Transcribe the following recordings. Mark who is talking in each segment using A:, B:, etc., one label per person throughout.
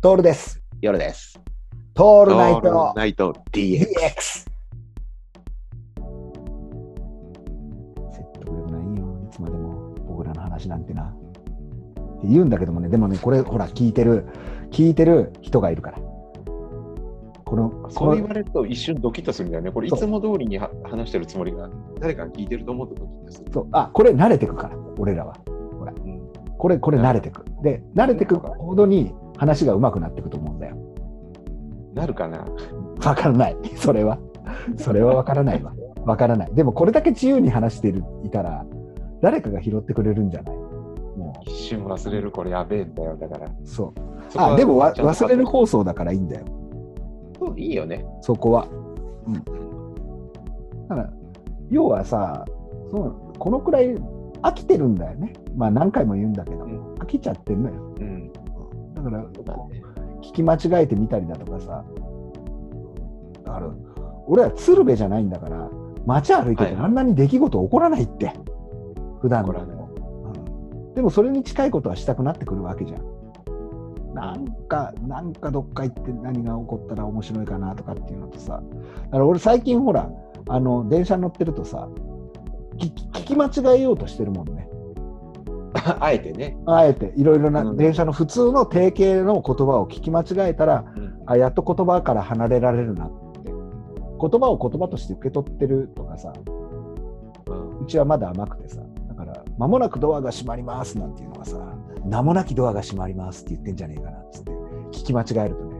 A: トールです。
B: 夜です。
A: ト
B: オ
A: ールナイト
B: ナイト
A: DX。
B: DX。
A: 説得力ないよ、いつまでも僕らの話なんてな。って言うんだけどもね、でもね、これ、ほら、聞いてる、聞いてる人がいるから。この、
B: そう言
A: こ
B: われると一瞬ドキッとするんだよね。これい
A: そう
B: つも通りには話してるつもりが、誰かが聞いてると思うとドキッとする
A: の。そうあこれ慣れてくから、俺らは。
B: うん
A: これ、これ慣れてく。で、慣れてくほどに話が上手くなってくと思うんだよ。
B: なるかな
A: わからない、それは。それはわからないわ。わからない。でも、これだけ自由に話しているいたら、誰かが拾ってくれるんじゃないもう
B: 一瞬忘れる、これやべえんだよ。だから。
A: そう。
B: そこは
A: あ、でもわ
B: ちゃんと
A: 忘れる放送だからいいんだよ、
B: そういいよね。
A: そこは。うん。だから、要はさ、そうこのくらい飽きてるんだよね。まあ何回も言うんだけど、
B: うん
A: 飽きちゃってんのよ。
B: うん。
A: だから、
B: そうだね
A: 聞き間違えてみたりだとかさ。だから、俺は鶴瓶じゃないんだから、街歩いてて
B: はい
A: あんなに出来事起こらないって、普段
B: 起こらな
A: う
B: い
A: んでもそれに近いことはしたくなってくるわけじゃん。なんか、なんかどっか行って何が起こったら面白いかなとかっていうのとさ、だから俺最近ほら、あの電車乗ってるとさ、聞き聞き間違えようとしてるもんね。
B: あえてね。
A: あえていろいろな
B: うん
A: 電車の普通の定型の言葉を聞き間違えたら、
B: うん
A: あやっと言葉から離れられるなって言葉を言葉として受け取ってるとかさ
B: うん
A: うちはまだ甘くてさだから「間もなくドアが閉まります」なんていうのはさ「名もなきドアが閉まります」って言ってんじゃねえかなっつって聞き間違えるとね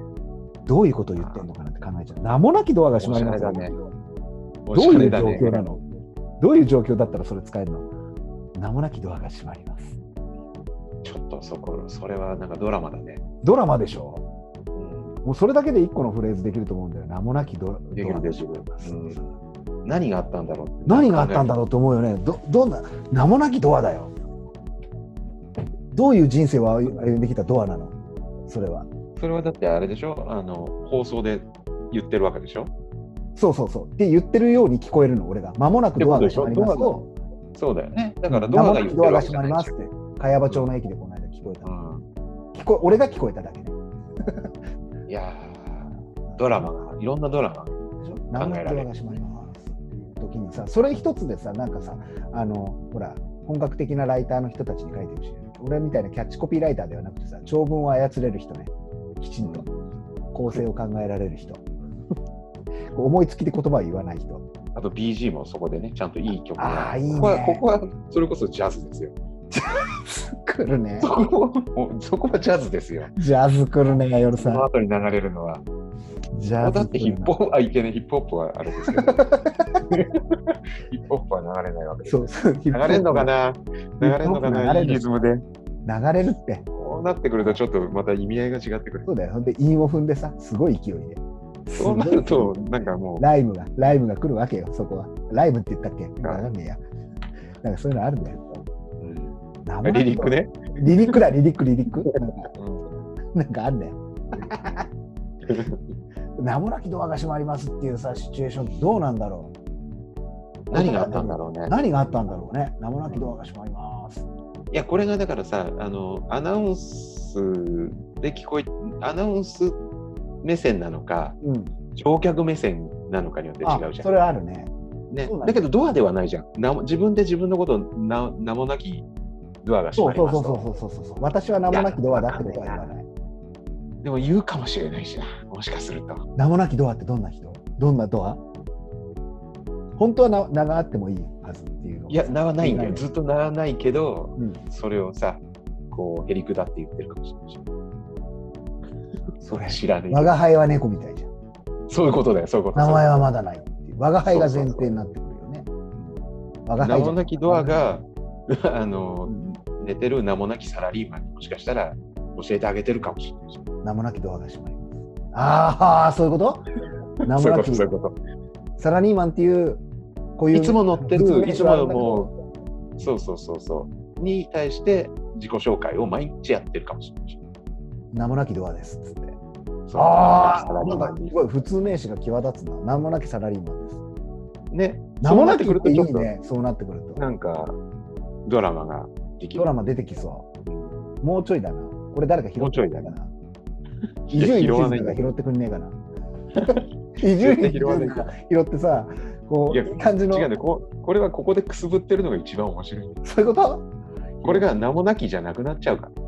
A: どういうことを言ってんのかなって考えちゃう名もなきドアが閉まります
B: おしゃれだね
A: どういう状
B: おしゃれ
A: 況
B: だ
A: な
B: ね
A: のどういう状況だったらそれ使えるの名もなきドアが閉まります
B: ちょっとそこ、それはなんかドラマだね。
A: ドラマでしょ
B: うん
A: もうそれだけで一個のフレーズできると思うんだよ。名もなきドラ
B: でき
A: ドラ
B: る
A: マ
B: できるうん何があったんだろうって
A: 何があったんだろうと思うよね。どどんな名もなきドアだよ。どういう人生を歩んできたドアなのそれは。
B: それはだってあれでしょあの放送で言ってるわけでしょ
A: そうそうそう。って言ってるように聞こえるの、俺が。間もなくドアが閉まります
B: ってこと
A: と、
B: そうだよね。だからド
A: 名
B: ア
A: も
B: が
A: な
B: 言っ
A: き
B: て
A: ドア
B: る
A: が
B: わけじ
A: 閉まり
B: ゃない
A: ま
B: ですし
A: っ
B: ょ
A: て、茅場町の駅でこの間聞こえた。
B: う
A: 聞こ俺が聞こえただけね。
B: ん。いやードラマが、いろんなドラマが。
A: 名もなきドアが閉まりますっていう時にさ、それ一つでさ、なんかさ、あの、ほら、本格的なライターの人たちに書いてほしいよね。俺みたいなキャッチコピーライターではなくてさ、長文を操れる人ね。きちんと。構成を考えられる 人。こう思いつきで言葉を言わない人。
B: あと BG もそこでね、ちゃんといい曲
A: あーいいね
B: ここは、ここはそれこそジャズですよ。
A: 来るね
B: そ。こは、もうそこはジャズですよ。
A: ジャズ来るね、夜
B: そ
A: さ
B: の
A: ん。
B: 後に流れるのは。
A: ジャ
B: だ
A: ズ
B: って
A: 来
B: ヒ
A: る
B: ッ
A: な
B: プホップ、あ、いけね、ヒップホップはあれですけ ど。ヒップホップは流れないわけです
A: そ
B: よ。
A: うそう
B: 流れるのかな流れる
A: ヒップホッ
B: のか
A: プ流れ
B: な
A: る
B: いいリズムで。
A: 流れるって。
B: こうなってくるとちょっとまた意味合いが違ってくる
A: そ。うだよ。ほんで、韻を踏んでさ、すごい勢いで。
B: そうなると、なんかもう、
A: ライムが、ライムが来るわけよ、そこは。ライムって言ったっけわかんねえや。なんかそういうのあるんだよ。名前
B: リリック。ね。
A: リリックだ、リリック、リリック。なんか、
B: うん
A: なんかあんだよ。名もなきドアが閉まりますっていうさ、シチュエーションってどうなんだろう。
B: 何があったんだろうね。
A: 何があったんだろうね。名もなきドアが閉まります。
B: いや、これがだからさ、あの、アナウンスで聞こえ、アナウンス目線なのか、
A: うん。
B: 乗客目線なのかによって違
A: あ
B: うじゃ
A: そ
B: ん。
A: れはあるね。
B: ね
A: そうだね
B: だけど、ドアではないじゃん。なも自分で自分のことをな名もなきドアが閉
A: そ
B: ま
A: うそ
B: り
A: う
B: ます
A: そ
B: と
A: うそうそうそうそう。私は名もなきドアだってことは言わない。
B: でも言うかもしれないしな、もしかすると。
A: 名もなきドアってどんな人どんなドア本当はな名があってもいいはずっていうのを
B: いや、名はないんだ
A: う
B: よ。
A: ん
B: ずっと名はないけど、
A: うん
B: それをさ、こう、へりくだって言ってるかもしれないし。
A: それ
B: 知らねえけど
A: 我。が輩は猫みたいじゃん。
B: そういうことだよ、そういうこと。
A: 名前はまだないっていう。我が輩が前提になってくるよね。我が
B: 名
A: 輩じゃ
B: も
A: ん
B: なきドアが、あ
A: う
B: の、
A: ん
B: 寝てる名もなきサラリーマンにもしかしたら教えてあげてるかもしれないし。
A: 名もなきドアが閉まります。ああ、そういうこと名も
B: そうい
A: な
B: うこと、
A: き
B: そういうこ
A: サラリーマンっていう、こう
B: と。
A: いう。
B: いつも乗って
A: 説明
B: る、いつも
A: があんだけど
B: もう、そうそうそうそう。に対して自己紹介を毎日やってるかもしれないし。
A: 名もなきドアですっつって。
B: そう
A: あ
B: 名
A: あ、
B: も
A: な
B: なんき
A: かすごい普通名詞が際立つな。名もなきサラリーマンです。
B: ね。
A: 名もなきってい
B: そ
A: い
B: うなってくる
A: ね、そうなってくると。
B: なんか、ドラマができる。
A: ドラマ出てきそう。もうちょいだな。これ誰か拾って
B: もうちょいだ
A: な。伊集院静香が拾ってくんねえかな。 伊集院静
B: 拾わない
A: 香が拾ってさ、こ、
B: いうや
A: いい感じの、
B: 違うねここれはここでくすぶってるのが一番面白い
A: そういうこと
B: これが名もなきじゃなくなっちゃうから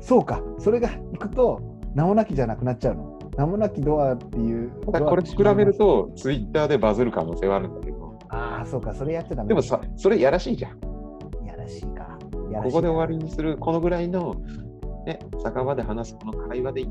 A: そうか、それがいくと、名もなきじゃなくなっちゃうの。名もなきドアっていう。
B: だからこれ比べる。とツイッターでバズる可能性はあるんだけど
A: ああ、そうか、それやっちゃダメ。
B: でもさそれやらしいじゃんこ
A: やらしいか。やらしい
B: こで終わりにするこのぐらいのね酒場で話すこの会話でいい